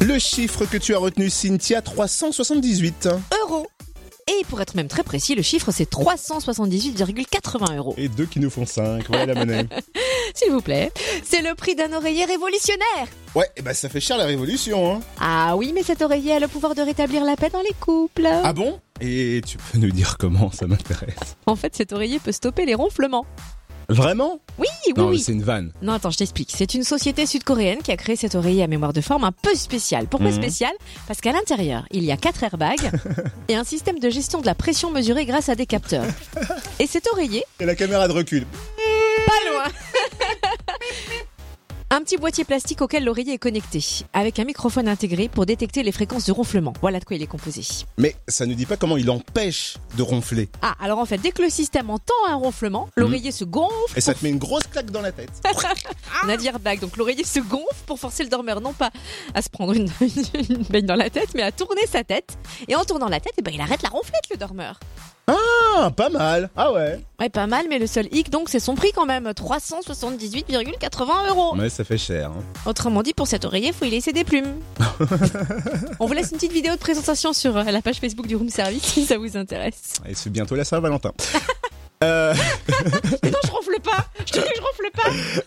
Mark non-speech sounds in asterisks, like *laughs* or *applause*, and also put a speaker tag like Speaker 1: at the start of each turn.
Speaker 1: Le chiffre que tu as retenu, Cynthia, 378.
Speaker 2: euros. Et pour être même très précis, le chiffre c'est 378,80 euros.
Speaker 1: Et deux qui nous font 5. Ouais, la monnaie.
Speaker 2: S'il vous plaît. C'est le prix d'un oreiller révolutionnaire.
Speaker 1: *laughs* Ouais, et bah ça fait cher la révolution, hein.
Speaker 2: Ah oui, mais cet oreiller a le pouvoir de rétablir la paix dans les couples.
Speaker 1: Ah bon Et tu peux nous dire comment, ça m'intéresse.
Speaker 2: En fait, cet oreiller peut stopper les ronflements.
Speaker 1: Vraiment
Speaker 2: Oui, oui,
Speaker 1: Non, mais
Speaker 2: oui.
Speaker 1: c'est une vanne.
Speaker 2: Non, attends, je t'explique. C'est une société sud-coréenne qui a créé cet oreiller à mémoire de forme un peu spécial. Pourquoi
Speaker 1: Mhm.
Speaker 2: spécial Parce qu'à l'intérieur, il y a
Speaker 1: *laughs*
Speaker 2: quatre airbags et un système de gestion de la pression mesurée grâce à des capteurs. Et cet oreiller,
Speaker 1: Et la caméra de recul.
Speaker 2: pas loin Un petit boîtier plastique auquel l'oreiller est connecté, avec un microphone intégré pour détecter les fréquences de ronflement. Voilà de quoi il est composé.
Speaker 1: Mais ça ne dit pas comment il empêche de ronfler.
Speaker 2: Ah, alors en fait, dès que le système entend un ronflement, l'oreiller se gonfle.
Speaker 1: Et ça te met une grosse claque dans la tête.
Speaker 2: Nadir Bag, donc l'oreiller se gonfle pour forcer le dormeur non pas à se prendre une, *laughs* une baigne dans la tête, mais à tourner sa tête. Et en tournant la tête, eh ben, il arrête la ronflette, le dormeur.
Speaker 1: Ah, pas mal. Ah ouais.
Speaker 2: Ouais, pas mal, mais le seul hic, donc, c'est son prix quand même, 378,80 euros.
Speaker 1: Mais ça fait cher. hein.
Speaker 2: Autrement dit, pour cet oreiller, faut y laisser des plumes. *laughs* On vous laisse une petite vidéo de présentation sur euh, la page Facebook du Room Service si ça vous intéresse.
Speaker 1: Et c'est bientôt la Saint-Valentin. *laughs* Euh,
Speaker 2: Mais non, je ronfle pas Je te dis que je ronfle pas